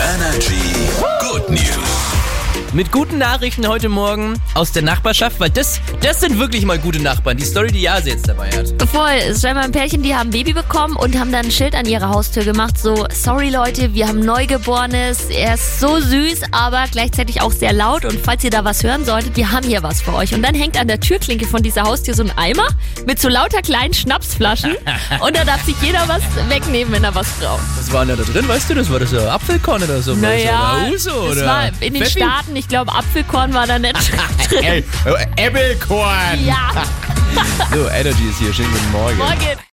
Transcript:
Energy. Good News. Mit guten Nachrichten heute Morgen aus der Nachbarschaft, weil das, das sind wirklich mal gute Nachbarn. Die Story, die Jase jetzt dabei hat. Voll. Es ist scheinbar ein Pärchen, die haben ein Baby bekommen und haben dann ein Schild an ihre Haustür gemacht. So, sorry Leute, wir haben Neugeborenes. Er ist so süß, aber gleichzeitig auch sehr laut. Und falls ihr da was hören solltet, wir haben hier was für euch. Und dann hängt an der Türklinke von dieser Haustür so ein Eimer mit so lauter kleinen Schnapsflaschen. Und da darf sich jeder was wegnehmen, wenn er was braucht. Was war denn da drin? Weißt du das? War das so Apfelkorn oder so? Naja, oder Uso oder? das war in den Pfeffi? Staaten. Ich glaube, Apfelkorn war da nicht drin. Äppelkorn! ja, So, äh, Energy ist hier. Schönen guten Morgen. morgen.